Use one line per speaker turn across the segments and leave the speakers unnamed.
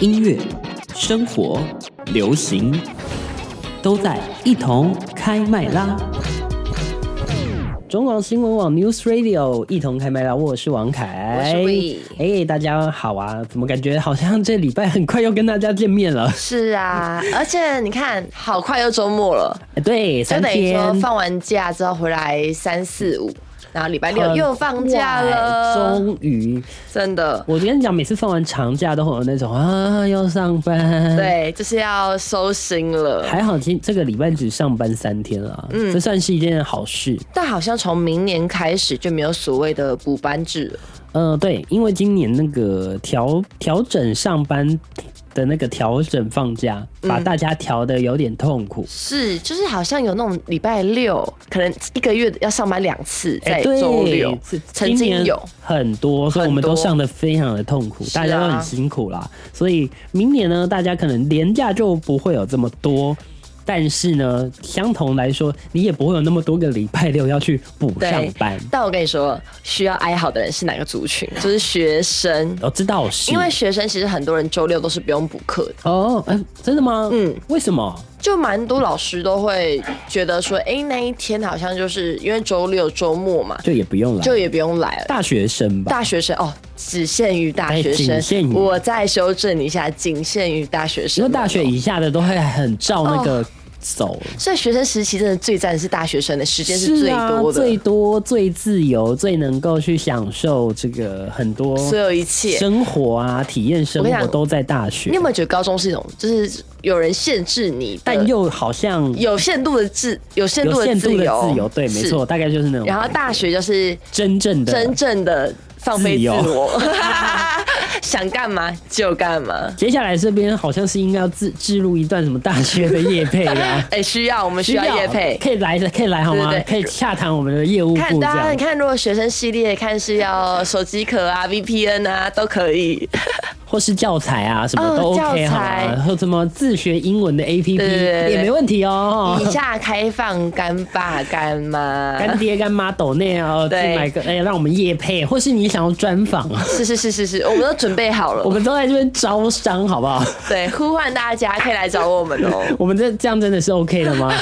音乐、生活、流行，都在一同开麦啦！中广新闻网 News Radio 一同开麦啦！我是王凯，
我是 Wei
哎、大家好啊！怎么感觉好像这礼拜很快要跟大家见面了？
是啊，而且你看，好快又周末了，
哎对，
就
三
等于说
天
放完假之后回来三四五，然后礼拜六
很
又放假
快
了，
呃终于，
真的。
我跟你讲，每次放完长假都会有那种啊，要上班。。
对，就是要收心了。
嗯还好，今这个礼拜只上班三天啦，嗯，这算是一件好事。
但好像从明年开始就没有所谓的补班制了。
呃，对，因为今年那个调调整上班的那个调整放假，把大家调的有点痛苦。
嗯是，就是好像有那种礼拜六，可能一个月要上班两次，在
哎
周六
这，
曾
今
经
年
有。
很多，所以我们
很
都
多
上的非常的痛苦，
是啊
大家都很辛苦啦。所以明年呢，大家可能廉价就不会有这么多，但是呢，相同来说，你也不会有那么多个礼拜六要去补上
对
班。
但我跟你说，需要哀嚎的人是哪个族群？就是学生。
哦，这倒是，
因为学生其实很多人周六都是不用补课的，
哦，哎、真的吗？
嗯，
为什么？
就蛮多老师都会觉得说，哎、那一天好像就是因为周六周末嘛，
就也不用了，
就也不用来了。
大学生吧。
大学生哦，只限于大学
哎哎仅限
生
于。
我再修正一下，仅限于大学
只
生
有
们哦。
大学以下的都会很照那
哦
个走，
所以学生时期真的最赞是大学生的时间是最
啊，
多的，
最多、最自由、最能够去享受这个很多
所有一切。
生活啊、体验生
啊我跟你
活
讲
都在大
你
学
有，没有觉得高中是一种，就是有人限制你的，
但又好像
有限度的自，有限度
有
的
限
自
度
由，
的自由，对，没
是
错，。大概就是那种
然后大学就是
真正的
真正的放飞
自
自
由
我，想干嘛就干嘛。，
接下来这边好像是应该要置置入一段什么大学的业配啦
哎、需要我们 需要业配。
可以来的，可以来好吗
对？对
可以洽谈我们的业务
看
部这
大家，
样
你。看，如果学生系列，看是要手机壳啊、VPN 啊，都可以。
或是教材啊，什么
哦
都 OK
教
好
材
吗？或什么自学英文的 APP
对对对
也没问题哦。
以下开放干爸干妈，
干爹干妈抖内哦，去
对
买个哎，让我们夜配，或是你想要专 访，
是是是是是，我们都准备好
我
了。
们都在这边招商，好不 好？
对，呼唤大家可以来找我们哦，
我们这这样真的是 OK 的吗？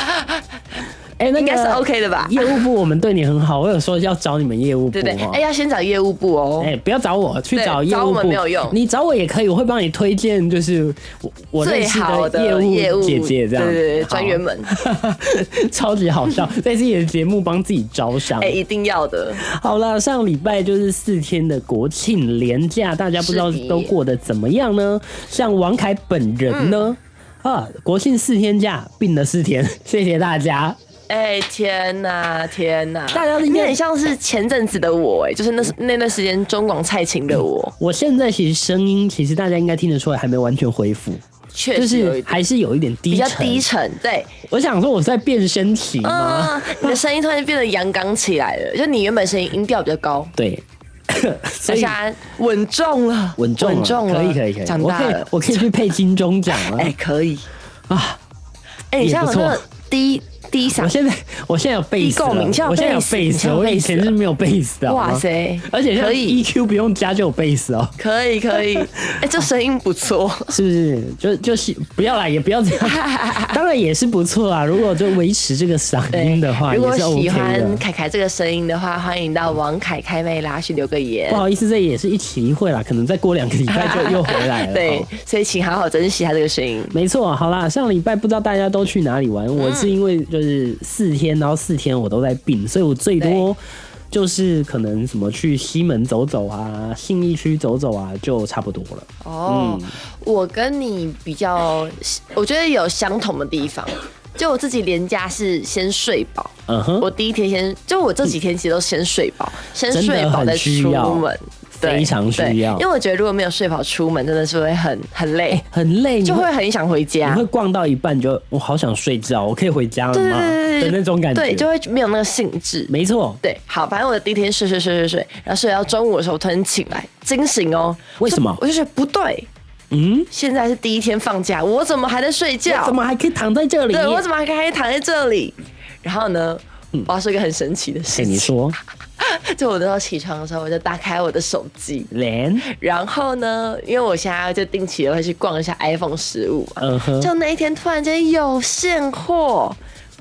哎，那个
应该是 OK 的吧？
业务部我们对你很好，我有说要找你们业务部
对对，哎、
哦。
要先找业务部哦。
哎，不要找我，去
对
找业
找
务
我
部
们没有用
你找我也可以，我会帮你推荐，就是我我认
最
识
好
的业
业
务
务
姐姐这样，
对对对，
好
专员们，
超级好 笑，在自己的节目帮自己招商
哎、。一定要的。
好了，上礼拜就是四天的国庆连假，大家不知道
是的
都过得怎么样呢？像王凯本人呢，
嗯
啊，国庆四天假病了四天，谢谢大家。
哎、天呐，天呐！
大家都应
你
该
很像是前阵子的我、哎，就是那时那段时间中广蔡琴的我，
我现在其实声音，其实大家应该听得出来，还没完全恢复，
确
就
实有
是
一点
还是有一点低
比较
沉。
低沉，对，
我想说我是在变声期吗？
嗯，你的声音突然变得阳刚起来了，就你原本声音音调比较高，
对， 所
而
以
且稳重了，
稳重了，啊
稳重了，
可以可以可以，
长
我
大
可以
了，
我可以去配金钟奖了。
哎、可以
啊
啊，哎、你
也
像
不
我那
错
个低低
我
嗓，
现在我现在有贝斯了，
低共鸣像有
我现在有贝
贝斯
斯，
像有
我以
贝斯
前是没有贝斯的。
哇
好吗！
塞，
而且
可
可以
以
EQ 不用加就有贝斯哦，
可以可以，哎、这声音不错，
是不是？就就是不要啦，也不要 这样，当然也是不错啊。如果就维持这个嗓音的话，
如
也
果
是 OK
喜欢
的。
凯凯这个声音的话，欢迎到王凯开麦拉去留个言
不。好意思，这也是一期一会啦，可能再过两个礼拜就又回来了。
对
哦，
所以请好好珍惜他这个声音。
没错，好啦，上礼拜不知道大家都去哪里
嗯
玩，我是因为就是四天，然后四天我都在病，所以我最多就是可能什么去西门走走啊，信义区走走啊，就差不多了。
哦，我跟你比较，我觉得有相同的地方。就我自己连假是先睡饱，
嗯哼，
我第一天先，就我这几天其实都先睡饱，先
真的
睡饱
很
再
需
出
要
门，对
非常需
对
要
因为我觉得如果没有睡饱出门，真的是会很很累，
很累，
就
你
会啊很想回
你
家
会。逛到一半就我好想睡觉，我可以回家了
对
吗？
对对
的
对，
那种感觉。
对，就会没有那个兴致。
没错。
对，好，反正我的第一天睡睡睡睡睡，然后睡到中午的时候突然醒来，惊醒哦。
为什么
我就觉得不对，
嗯，
现在是第一天放假，我怎么还在睡觉？
怎么还可以躺在这里？
对我怎么还可以躺在这里？然后呢，我要说一个很神奇
嗯
的
哎、
事
你
情，
说
就我那时候起床的时候，我就打开我的手机，
连，
然后呢，因为我现在就定期的会去逛一下 iPhone 十五嘛，
嗯哼，
就那一天突然间有现货，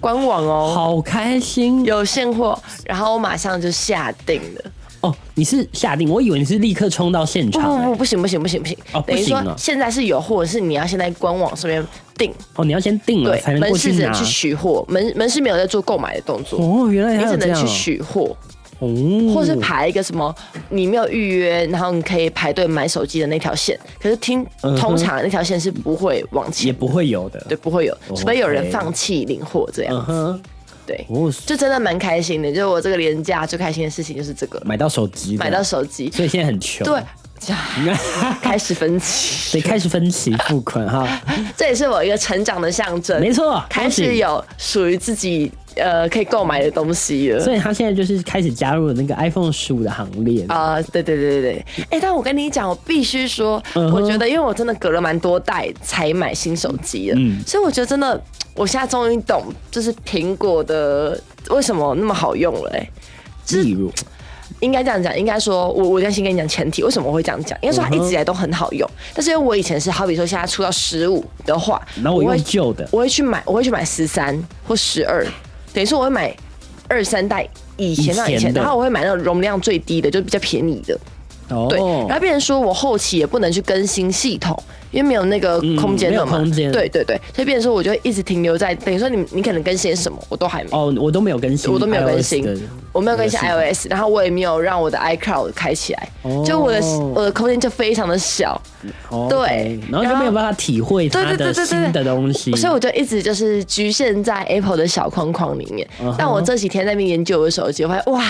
官网哦，
好开心
有现货，然后我马上就下定了。
哦！你是下定，我以为你是立刻冲到现
不
场、
不
哎
不，不行不行不行不行
哦，
等于
不行
说
啊
现在是有货，是你要先在官网上面订，
哦，你要先定了
对
才，能
门
过
市
去
只
拿
能。去取货，门门市没有在做购买的动作。
哦，原来
你
还
只
有这
能
样
去
哦，
取货，
哦，
或是排一个什么你没有预约，然后你可以排队买手机的那条线。可是听
嗯哼
通常那条线是不会往
也
前，
不会有的。
对，不会有，除非有人
OK
放弃领货这样。
嗯哼，
对，
哦，
就真的蛮开心的。就我这个廉价最开心的事情就是这个，
买到手机，
买到，手机。
所以现在很穷。
对， 开始分期，
所以开始分期付款哈，
这也是我一个成长的象征。
没，错，
开
恭
始
喜。
有属于自己呃可以购买的东西了。
所以他现在就是开始加入了那个 iPhone 十五的行列。
啊、对对对对对，哎、但我跟你讲，我必须说，
嗯哼
我觉得因为我真的隔了蛮多代才买新手机的，
嗯
所以我觉得真的，我现在终于懂，就是苹果的为什么那么好用了、哎，是
例如，
应该这样讲，应该说，我我先先跟你讲前提，为什么我会这样讲？因为说它
嗯
一
哼
直以来都很好用，但是因为我以前是好比说现在出到十五的话，
然后我
会
用旧的，
我会去买，我会去买十三或十二，等于说我会买二三代以前那以
以
前，
前的
然后我会买那种容量最低的，就是比较便宜的，
哦
对。然后变成说我后期也不能去更新系统，因为没有那个空间了嘛，
嗯没有空间
对对对，所以变成说我就一直停留在，等于说你你可能更新什么我都还没。
哦，我都没有更新，
我都没有更
iOS
新
的
我没有更新
那个
iOS，然后我也没有让我的 iCloud 开起来，
哦
就我的我的空间就非常的小，
哦
对
OK，然后就
然后
没有办法体会
对
它
对
的
对对对
新的东西，
所以我就一直就是局限在 Apple 的小框框里面。
嗯哼
但我这几天在那边研究我的手机，我发现哇，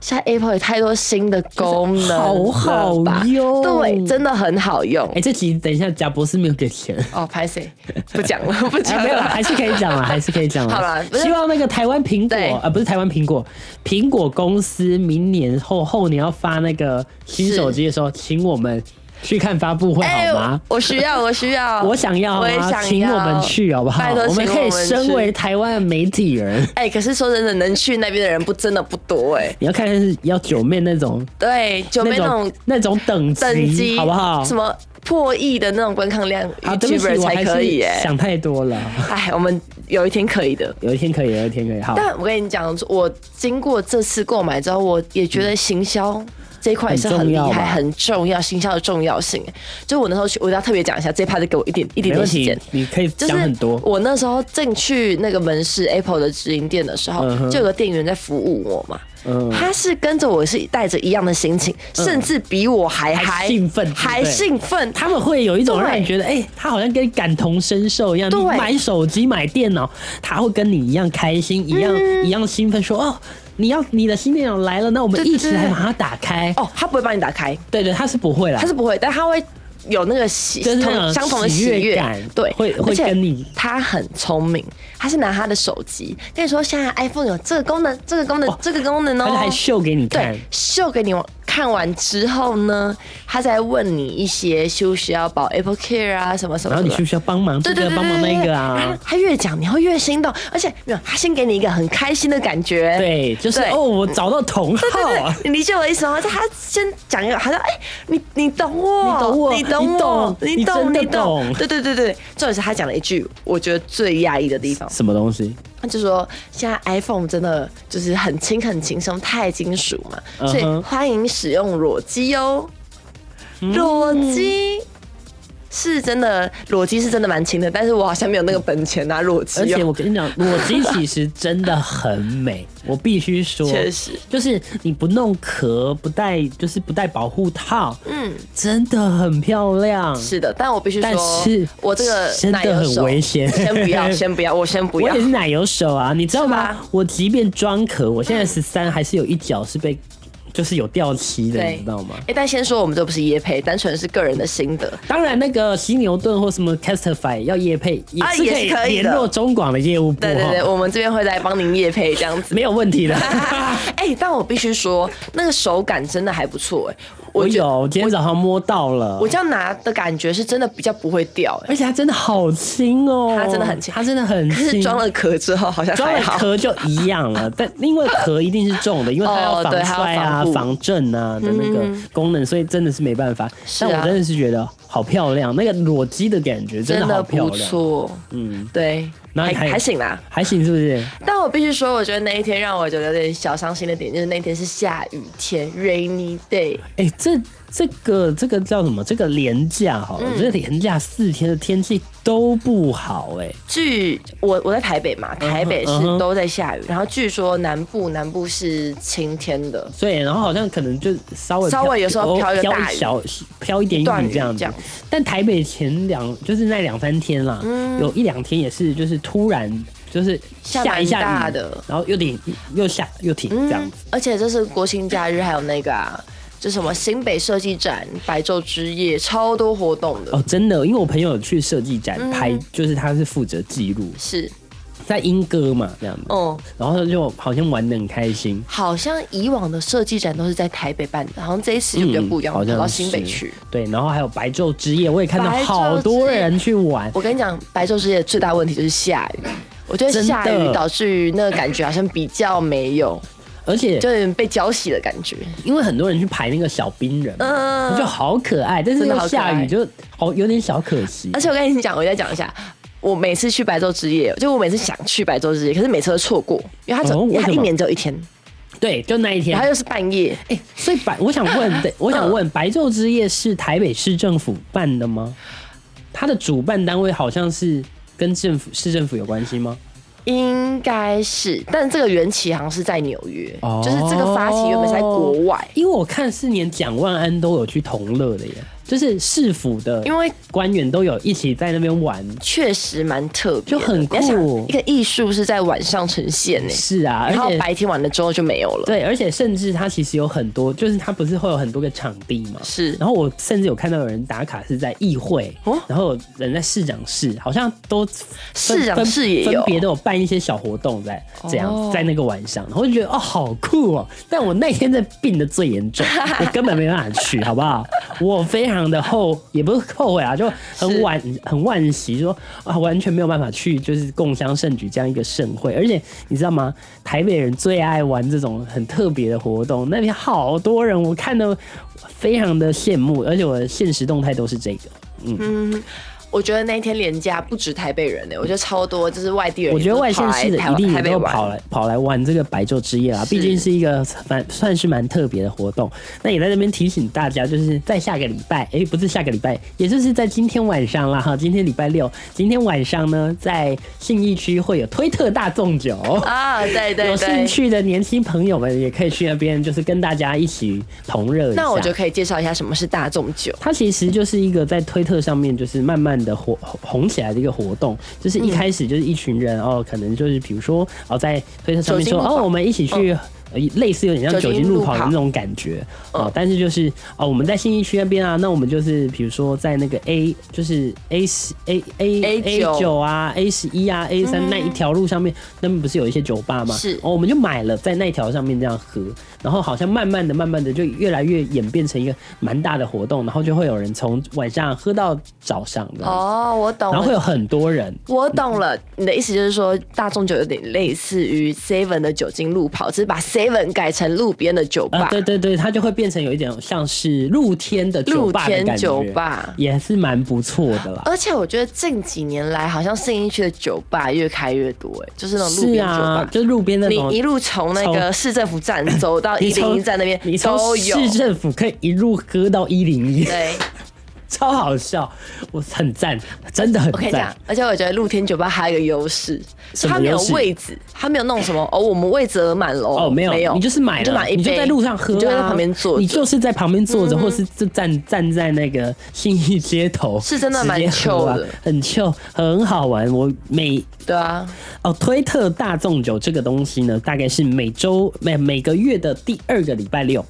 现在 Apple 有太多新的功能了吧，
好好用
对，真的很好用
哎、。这集等一下贾博士没有给钱，
哦，拍谁？不讲 了，不
哎、
讲
没有啦，
了。
还是可以讲 了，还是可以讲了。
好啦不是
希望那个台湾苹
对
果，呃，不是台湾苹果，苹果公司明年后后年要发那个新手机的时候，请我们去看发布会好吗？
我需要，哎我需要，
我想要
我也
啊，
想要，
请我们去好不好？
拜托，
我们
请
可以
去
身为台湾的媒体人，
哎、可是说真的，能去那边的人不真的不多哎、
你要看看是要九妹那种
对，就没那种
那种等级，
等级
好不好？
什么破亿的那种观看量
好，对不起，
，YouTuber
我还
才可以
是
哎、
想太多了。
哎，我们有一天可以的。
有一天可以，有一天可以，好。
但我跟你讲，我经过这次购买之后，我也觉得行销这一块也是
很
很厉
重要吧
害、很重要，行销的重要性。就我那时候去，我要特别讲一下，这一趴就给我一点一点
没问
点时
题
间。，
你可以
就是
讲很多。
我那时候进去那个门市 Apple 的直营店的时候，
嗯哼
就有个店员在服务我嘛，
嗯
他是跟着我是带着一样的心情，甚至比我还
还
还
兴奋对不对
还兴奋。
他们会有一种
对
让你觉得，哎、他好像跟你感同身受一样。
对
你买手机、买电脑，他会跟你一样开心，一样、一样兴奋，说哦，你要你的新电脑来了，那我们
嗯对对
一起来
对
把它打开。
哦，他不会帮你打开，
对对，他是不会啦
他。是不会，但他会有那个喜
就是那
同
种
相同的
喜
喜
悦
悦
感
对，
会会
而且
跟你
他很聪明，他是拿他的手机跟你说，现在 iPhone 有这个功能，这个功能，这个功能
他就还
哦。
秀给你看
对，，秀给你看完之后呢，他再问你一些需不需要保 Apple Care 啊，什么什么
然后
什
你
么
需不需要帮忙
对
这
对
个
对，
帮忙
对
那
对
个
然
啊
后？他越讲你会越心动，而且没有，他先给你一个很开心的感觉。
对，就是
对
哦，我找到同
对对
号啊。
对，你理解我的意思吗？就他先讲一个，好像哎、你你懂我，
你懂我
你懂
你
我
懂，你
你懂，
真的
你懂
懂
对对对对，重点是他讲了一句我觉得最压抑的地方，
什么东西？
他就说现在 iPhone 真的就是很轻很轻松，钛金属嘛，
嗯
所
哼
以欢迎使用裸机哦，
嗯
裸机。是真的，裸机是真的蛮轻的，但是我好像没有那个本钱拿裸机、哦。
而且我跟你讲，裸机其实真的很美，我必须说，
确实
就是你不弄壳，不带，就是不带保护套，
嗯，
真的很漂亮。
是的，但我必须
但
说
是，
我这个
真的
奶油
很
手
危险
先不要，先不要，我先 不
我
要
也。是奶油手啊，你知道
是嗯
吗
吧？
我即便装壳，我现在十三还是有一角是被，就是有掉漆的，
对
你知道吗？
哎、但先说我们这不是业配，单纯是个人的心得。
当然，那个犀牛顿或什么 Castify 要业配也
啊
是可
也是可以
以
的
联络中广的业务部，
对对对，
哈
我们这边会来帮您业配 这样子。
没有问题的。
哎、但我必须说，那个手感真的还不错哎、
我
觉
有，今天早上摸到了，
我这样拿的感觉是真的比较不会掉、欸，
而且它真的好轻哦，
它真的很轻
它真的很
可是
轻。
装了壳之后好像
装
还
了
好。
壳就一样 了，但因为壳一定是重的，因为它要
哦对
防摔
它要
啊、
防护嗯
防震啊的那个功能，所以真的是没办法。但
啊
我真的是觉得好漂亮，那个裸肌的感觉真
真
的好
的
漂
不
亮，
错，
嗯，
对，
那
还
你还
还行啦。
还行是不 是？
但我必须说，我觉得那一天让我觉得有点小伤心的点，就是那天是下雨天 （rainy day）。
哎、这这个这个叫什么？这个廉价好了，
嗯
这廉价四天的天气都不好哎、
据我我在台北嘛，台北是
嗯哼
都在下雨，然后据说南部南部是晴天的，
所以然后好像可能就稍微
稍微有时候
飘
飘一个
飘
大
一
雨
小飘一点
一段雨
这样子
这样子。
但台北前两就是那两三天啦，有一两天也是就是突然就是下一
嗯下蛮
下
大
雨
的，嗯
然后又停又下又停这样子。
而且这是国庆假日，还有那个啊，就什么新北设计展、白昼之夜，超多活动的。
哦，真的，因为我朋友有去设计
嗯
展拍，就是他是负责记录，
是，
在英歌嘛这样子，
嗯，
然后就好像玩的很开心。
好像以往的设计展都是在台北办的，好像这一次就比较不一样，
嗯好
跑
像
到新北
是
去。
对，然后还有白昼之夜，我也看到
白昼
好多
之夜
人去玩。
我跟你讲，白昼之夜最大问题就是下雨。我觉得
真的
下雨导致于那个感觉好像比较没有，
而且
就有点被浇熄的感觉。
因为很多人去排那个小冰人嘛，
嗯
就好可爱，但是
真
又
的好可
下
爱
雨就好有点小可惜
而。且我跟你讲，我再讲一下，我每次去白昼之夜，就我每次想去白昼之夜，可是每次都错过，因为它只
哦为什么哎
它一年只有一天，
对，就那一天
然后。又是半夜，
哎、所以白，我想问，
嗯
对，我想问，白昼之夜是台北市政府办的吗？它的主办单位好像是跟政府市政府有关系吗？
应该是，但这个缘起好像是在纽约，
哦
就是这个发起原本是在国外，
因为我看是连蒋万安都有去同乐的耶，就是市府的
因为
官员都有一起在那边玩。
确实蛮特别的，
就很
你要想
酷哦
一个艺术是在晚上呈现呢、
是啊，而
然后
且
白天完了之后就没有了，
对，而且甚至它其实有很多，就是它不是会有很多个场地嘛？
是
然后我甚至有看到有人打卡是在议会，
哦
然后有人在市长室，好像都分
市长室也
分
有
分别都有办一些小活动在这样、
哦
在那个晚上，然后就觉得哦好酷哦。但我那天在病的最严 重，我根本没办法去，好不好？我非常的后也不是后悔啊，就很
是
晚。惋很惋惜说，啊，完全没有办法去，就是共襄盛举这样一个盛会。而且你知道吗？台北人最爱玩这种很特别的活动，那边好多人，我看的非常的羡慕，而且我的现实动态都是这个。
我觉得那一天廉价不止台北人呢、我觉得超多就是外地人，
我觉得外县市的
台
一定也
台北
都
玩
跑来跑来玩这个白昼之夜啦，啊
是
毕竟是一个蛮算是蛮特别的活动。那也在这边提醒大家，就是在下个礼拜，诶，不是下个礼拜，也就是在今天晚上啦哈，今天礼拜六，今天晚上呢，在信义区会有推特大纵酒。
啊，对 对
有兴
对。
趣的年轻朋友们也可以去那边，就是跟大家一起同热一下。
那我就可以介绍一下什么是大众酒。
它其实就是一个在推特上面就是慢慢的火红起来的一个活动，就是一开始就是一群人、哦，可能就是比如说哦在推特上面说
嗯酒精路跑嗯
哦我们一起去。呃类似有点像酒
酒精
精路
路
跑的
跑嗯
那种感觉哦，但是就是哦，我们在信义区那边啊，那我们就是比如说在那个 A 就是 A 十 A A
A 九嗯
九啊 A 十一啊 A 三那一条路上面，那边不是有一些酒吧吗？
是
哦，我们就买了在那条上面这样喝，然后好像慢慢的、慢慢的就越来越演变成一个蛮大的活动，然后就会有人从晚上喝到早上的，
哦，我懂
然后会
了，
有很多人。
我懂了。你的意思就是说，大众酒有点类似于 Seven 的酒精路跑，只是把 Seven 改成路边的酒
啊
吧，，
对对对，它就会变成有一点像是露天的酒
露
吧的
天
感觉，
酒吧。啊
也是蛮不错的啦。
而且我觉得近几年来，好像信义区的酒吧越开越多、哎，就是那种路
是
边酒吧。
啊，就路边那种
你一路从那个市政府站走到一零一站那边
你
都
从
有，
市政府可以一路喝到一零一，
对，
超好笑，我很赞，真的很
我可以
赞
讲。。而且我觉得露天酒吧还有一个优势，
什
是
么
它没有
优势
位置，它没有那种什么哦，我们位置额满喽。
哦，没有，
没有，
你就是买了，
你就买一杯，
你就在路上喝、啊，
你就在旁边坐
你
着。嗯
就是在旁边坐着，或是就站站在那个信义街头，
是真的蛮
直接喝啊
chill 的
很 chill，很好玩。我每
对啊，
哦，推特大众酒这个东西呢，大概是每周每每个月的第二个礼拜六。
哦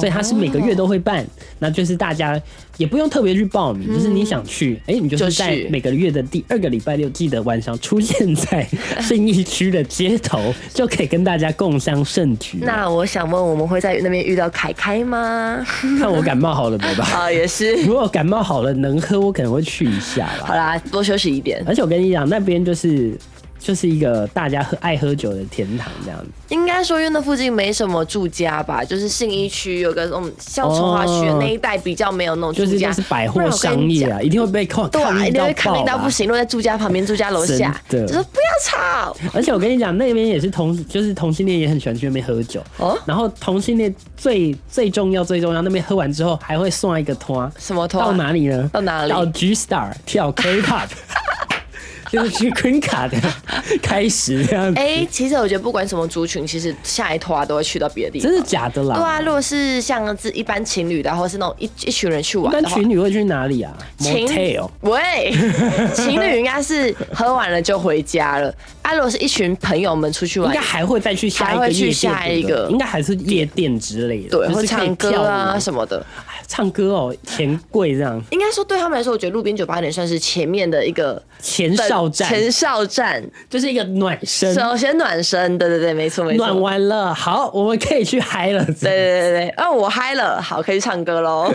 所以它是每个月都会办，那就是大家也不用特别去报名，就是你想去，哎、你就是在
嗯就去
每个月的第二个礼拜六，记得晚上出现在 信义区的街头，就可以跟大家共襄盛举。
那我想问，我们会在那边遇到凯凯吗？
看我感冒好了没吧？
啊，也是。
如果感冒好了能喝，我可能会去一下啦
好。啦，多休息一点，
而且我跟你讲，那边就是就是一个大家喝爱喝酒的天堂，这样子。
应该说因为那附近没什么住家吧，就是信义区有个那种像从化学那一带比较没有那种
就
住
是
家，
就是百
不
货
然我跟
商
你
业
讲
啊，一定会被抗
对
抗
啊，
议
一定
到
会看
爆
到
吧
不。行，都在住家旁边、住家楼下，
真的
就说不要吵。
而且我跟你讲，那边也是同，就是同性恋也很喜欢去那边喝酒。
哦，
然后同性恋最最重要最重要，那边喝完之后还会送一个托啊，
什么头啊？
到哪里呢？
到哪里
到 G Star 跳 K Pop，就是去 Queen 卡的开始这样子。
哎、其实我觉得不管什么族群，其实下一拖啊都会去到别的地方。
真的假的啦？嗯
对啊，如果是像是一般情侣的，或是那种一一群人去
一
玩
般
的话，
情侣会去哪里啊
情
？Motel。
喂，情侣应该是喝完了就回家了。啊，如果是一群朋友们出去
应
玩
该，还会再去下一
还
个
会
夜
去
店，对
下
不对
一个
应该还是夜店之类的，
对，
就
会
是可以
唱歌
跳舞
啊什么的。
哎唱歌哦，钱柜这样，
应该说对他们来说，我觉得路边酒吧有点算是前面的一个
前哨站
前哨站，
就是一个暖身，
首先暖身，对对对，没错没错。
暖完了，好，我们可以去嗨了。
对对对对，哦，我嗨了，好，可以唱歌喽。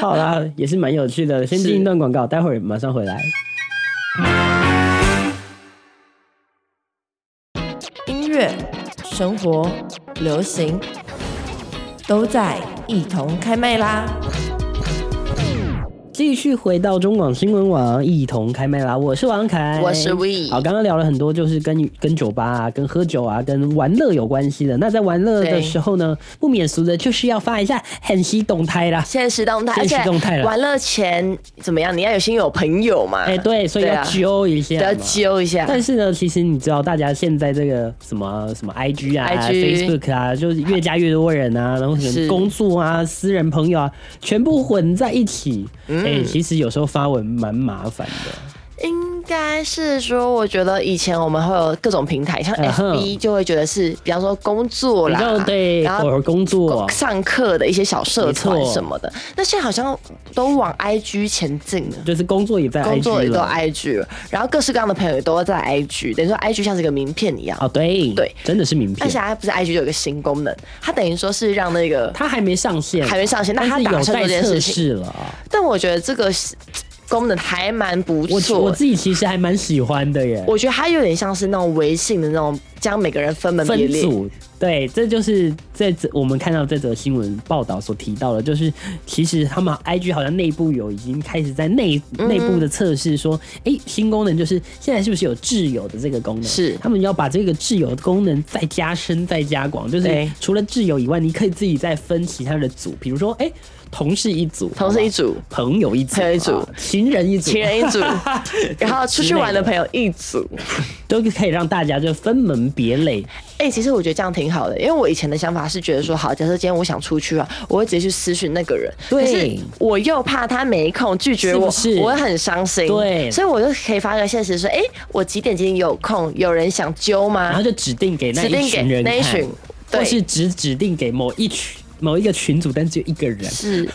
好啦，也是蛮有趣的。先进一段广告，待会儿马上回来。
音乐、生活、流行，都在一同开麦啦！
继续回到中广新闻网，一同开麦啦！我是王凯，
我是 We
好，刚刚聊了很多，就是跟跟酒吧啊、跟喝酒啊、跟玩乐有关系的。那在玩乐的
对
时候呢，不免俗的就是要发一下很西动态啦。
现实动态，而
现实动态
且
了
玩乐前怎么样？你要有心有朋友嘛？
哎、对，所以要
啊
揪一下
对
嘛，
要揪一下。
但是呢，其实你知道，大家现在这个什么什么 IG 啊、
IG
Facebook 啊，就是越加越多人 啊，然后可能
是
工作啊、私人朋友啊，全部混在一起。哎、
嗯
其实有时候发文蛮麻烦的。
应该是说，我觉得以前我们会有各种平台，像
嗯哼
FB 就会觉得是，比方说工作
比较
啦，
对，
然
偶
后
尔工作啊
工。上课的一些小社团
没错
什么的。那现在好像都往 IG 前进了。
就是工作也在 IG
工作也都
了
IG 了，然后各式各样的朋友也都在 IG，等于说 IG 像是一个名片一样。
哦，对
对
真的是名片
但，现在不是啊 IG 就有一个新功能，它等于说是让那个
它还没上线，
还没上线那它
但是
打
有
算做这
在
件
测
事情
试了啊。
但我觉得这个是功能还蛮不
我
错
我
的。
自己其实还蛮喜欢的耶。
我觉得它有点像是那种微信的那种，将每个人分门别
分
类。
组，对，这就是这则我们看到这则新闻报道所提到的，就是其实他们 IG 好像内部有已经开始在内
嗯
内部的测试，说，哎、新功能就是现在是不是有挚友的这个功能？
是
他们要把这个挚友的功能再加深、再加广，就是
对
除了挚友以外，你可以自己再分其他的组，比如说，哎、同事一组，
同事一
好
组
吧朋友一组，
朋友一组
啊情人一组，
情人一 组然后出去玩的朋
友
友一组。
都可以让大家就分门别类，
哎、其实我觉得这样挺好的，因为我以前的想法是觉得说，好，假设今天我想出去啊，我会直接去私讯那个人，
对
可是我又怕他没空拒绝我，
是不是
我会很伤心，
对
所以我就可以发个现实说，哎、我几点今天有空？有人想揪
然后
吗？
就指定给那
指
一
定给
群人看，
那一群，
或
对，
是只指定给某一群某一个群组，但只有一个人。
是，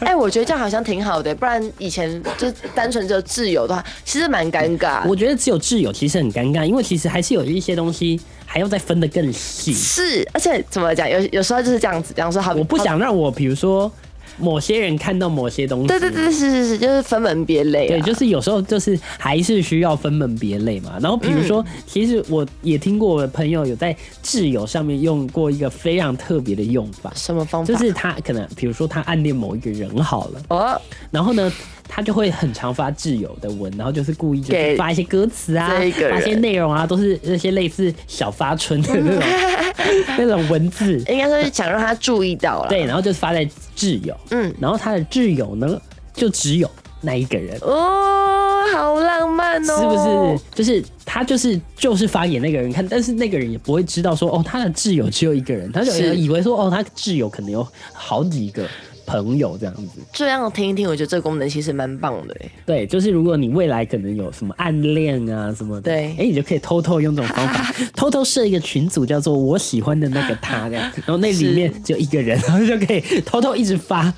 哎、我觉得这样好像挺好的，不然以前就单纯只有挚友的话，其实蛮尴尬。
我觉得只有挚友其实很尴尬，因为其实还是有一些东西还要再分得更细。
是，而且怎么讲，有有时候就是这样子，比方啊说好，
我不
好，
想让我比如说某些人看到某些东西。
对对。对，是是是，就是分门别类、啊，
对，就是有时候就是还是需要分门别类嘛。然后比如
嗯
说，其实我也听过我的朋友有在挚友上面用过一个非常特别的用法，
什么方法？
就是他可能比如说他暗恋某一个人好了，
哦，
然后呢，他就会很常发挚友的文，然后就是故意就是
给
发一些歌词啊
这一，个人
发一些内容啊，都是那些类似小发春 的那种那种文字，
应该说是想让他注意到了。
对，然后就是发在挚友，
嗯，
然后他的挚友呢，就只有那一个人，
哦，好浪漫哦，
是不是？？就是他就是就是发给那个人看，但是那个人也不会知道说哦，他的挚友只有一个人，他就是以为说哦，他挚友可能有好几个，朋友这样子。
这样听一听，我觉得这个功能其实蛮棒的欸。
对，就是如果你未来可能有什么暗恋啊什么的，
对
哎，你就可以偷偷用这种方 法，偷偷设一个群组，叫做“我喜欢的那个他”这样，然后那里面只有一个人，然后就可以偷偷一直发。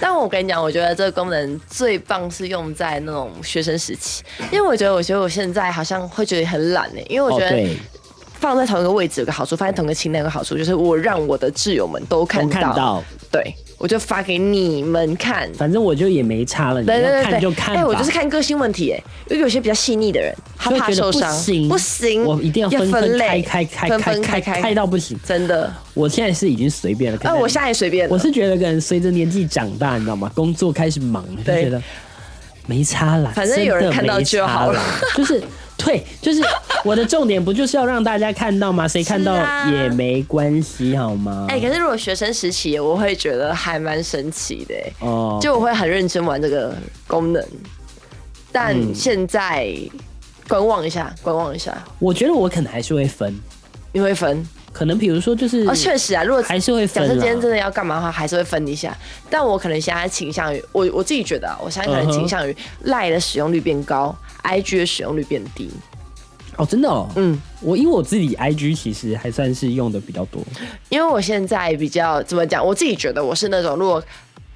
但我跟你讲，我觉得这个功能最棒是用在那种学生时期，因为我觉得，我觉得我现在好像会觉得很懒呢、欸因为我
哦，
觉得
对，
放在同一个位置有个好处，放在同一个清单有个好处，就是我让我的挚友们都看
我
到，
看到，
对我就发给你们看。
反正我就也没差了，你要
对对
看
对
就
对，
看
哎、
吧。
我就是看个性问题、哎，因为有些比较细腻的人，他
就会
怕
觉得
受
不
伤，
行
不行，
我一定要分分开
类，
开开
分
开
分
开
开
开开到不行。
真的。
我现在是已经随便了，可
哎、
能
我现在也随便了，
我是觉得可能随着年纪长大，你知道吗？工作开始忙，就
对
觉得没差啦，
反正有人看到就好了
真的没差啦。 就是对，就是我的重点不就是要让大家看到吗？谁看到
是啊
也没关系，好吗？
哎、可是如果学生时期，我会觉得还蛮神奇的、哎
哦，
就我会很认真玩这个功能，但
嗯
现在观望一下，观望一下，
我觉得我可能还是会分，
你会分
可能比如说就是
哦，确实啊，如果
嗯还是会
假
分啦
设今天真的要干嘛的话，还是会分一下。但我可能现在倾向于我我自己觉得、啊，我现在可
嗯
能
哼
倾向于赖的使用率变高，IG 的使用率变低。
哦，真的哦，
嗯，
我因为我自己 IG 其实还算是用的比较多，
因为我现在比较怎么讲，我自己觉得我是那种如果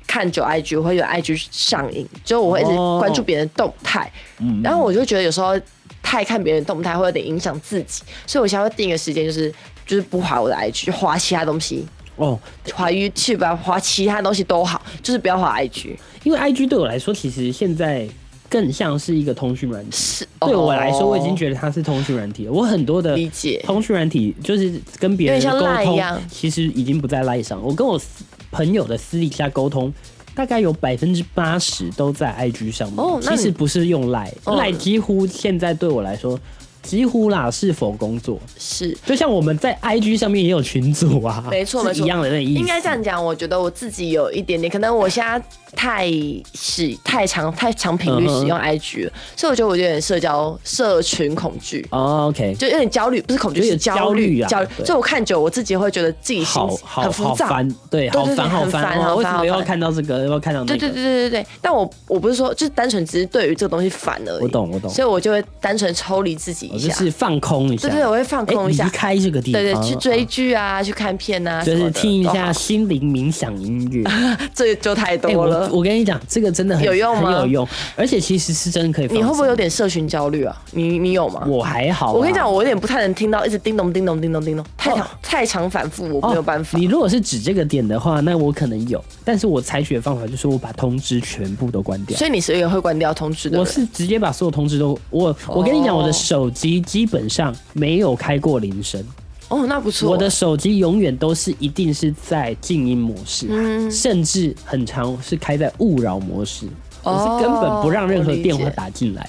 看久 IG 我会有 IG 上瘾，就我会一直
哦
关注别人的动态，
嗯
然后我就觉得有时候太看别人的动态会有点影响自己，所以我现在会定一个时间，就是就是不划我的 IG，划其他东西，
哦，
划 YouTube 啊，划其他东西都好，就是不要划 IG。
因为 IG 对我来说其实现在更像是一个通讯软件。
是
对我来说，我已经
得
觉得它是通讯软体了。我很多的
哦理解
通讯软体就是跟别人
有
的
点
沟
像 Line 一
通
样，
其实已经不在赖上。我跟我私朋友的私底下沟通，大概有百分之八十都在 IG 上面。
哦那
其
你
实不是用赖，
哦
赖几乎现在对我来说。几乎啦，是否工作？
是。
就像我们在 IG 上面也有群组啊，
没错
是
没错
一样的那个意思。
应该这样讲，我觉得我自己有一点点，可能我现在太使太长太长频
嗯
率使用 IG 了，所以我觉得我有点社交社群恐惧。
哦，OK，
就有点焦虑，不是恐惧，
有
是
点焦
焦虑
虑啊
焦虑，
对
所以我看久，我自己会觉得自己心
好好
很浮
好
躁。
烦，对，
对
好
对
烦
对
好
很
烦
烦
哦
好
为什
烦
么
好
又要
烦
看到这个，又要看到那
对
个？
对对对对对，但我我不是说，就是单纯只是对于这个东西烦而已。
我懂我懂
所以我就会单纯抽离自己
我
一
就
下。
是放空一下，
对对，我会放空一
哎
下
离。开这个地方，
对对，去追
啊，
剧啊，去看片啊，
就
什
是
么的
听一
都
下
好
心灵冥想音乐。
这就太
哎，
多
我
了。
我跟你讲，这个真的很
有用吗
很有用，而且其实是真的可以。
你会不会有？点社群焦虑啊？你你有吗？
我还好啊，
我跟你讲，我有点不太能听到一直叮咚叮咚叮咚叮咚，太
哦
常太常反复，我
哦
没有办法
你。如果是指这个点的话，那我可能有，但是我采取的方法就是我把通知全部都关掉。
所以你是一个会关掉通知的
我
人。
是直接把所有通知都我我跟你讲，
哦
我的手机基本上没有开过铃声，
哦，那不错。
我的手机永远都是一定是在静音模式，甚至很长是开在勿扰模式。我
哦
是根本不让任何电话
我理解
打进来，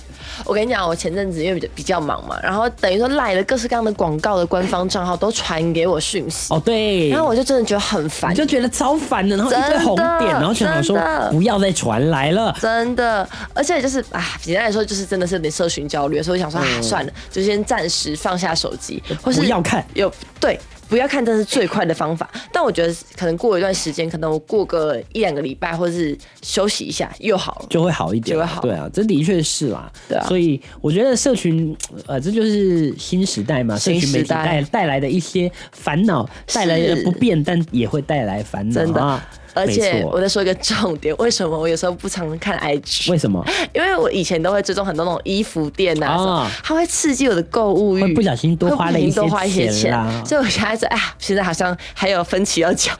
我跟你讲，我前阵子因为比较比较忙嘛，然后等于说赖的各式各样的广告的官方账号都传给我讯息，
哦，对，
然后我就真的觉得很烦
你，就觉得超烦的，然后
真
一
的
堆红点，然后就想说
真的
不要再传来了。
真的，而且就是啊，简单来说就是真的是有点社群焦虑，所以我想说、啊，算了，就先暂时放下手机，或
嗯
是
不要看
有对。不要看，这是最快的方法。但我觉得可能过一段时间，可能我过个一两个礼拜，或是休息一下又好了。
就会好一点，
就会好
对啊，这的确是啦，
对啊
所以我觉得社群，呃，这就是新时代嘛，社
新
群媒
时代
体带带来的一些烦恼，带来的不便，但也会带来烦恼
真的
啊。
而且
没错
我再说一个重点，为什么我有时候不常看 IG？
为什么
因为我以前都会追踪很多那种衣服店啊
啊
什么，它会刺激我的购物
会
欲，
不小心多花了一些
会不小心多花一些
钱啦
钱，所以我现在在啊，现在好像还有分歧要讲，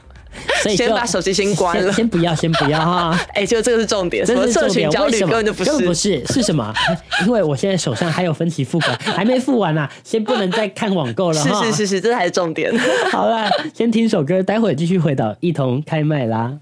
所以就
先把手机先关了
先 先不要，先不要 哈。
哎、就这个是重点，什
这
么
是
社
重
群
点，
焦
为
虑
什
根
么
本就不是，
不是是什么？ 因为我现在手上还有分期付款，还没付完啦，先不能再看网购了 哈。
是是是是，这才是重点。
好啦，先听首歌，待会儿继续回到一同开麦啦。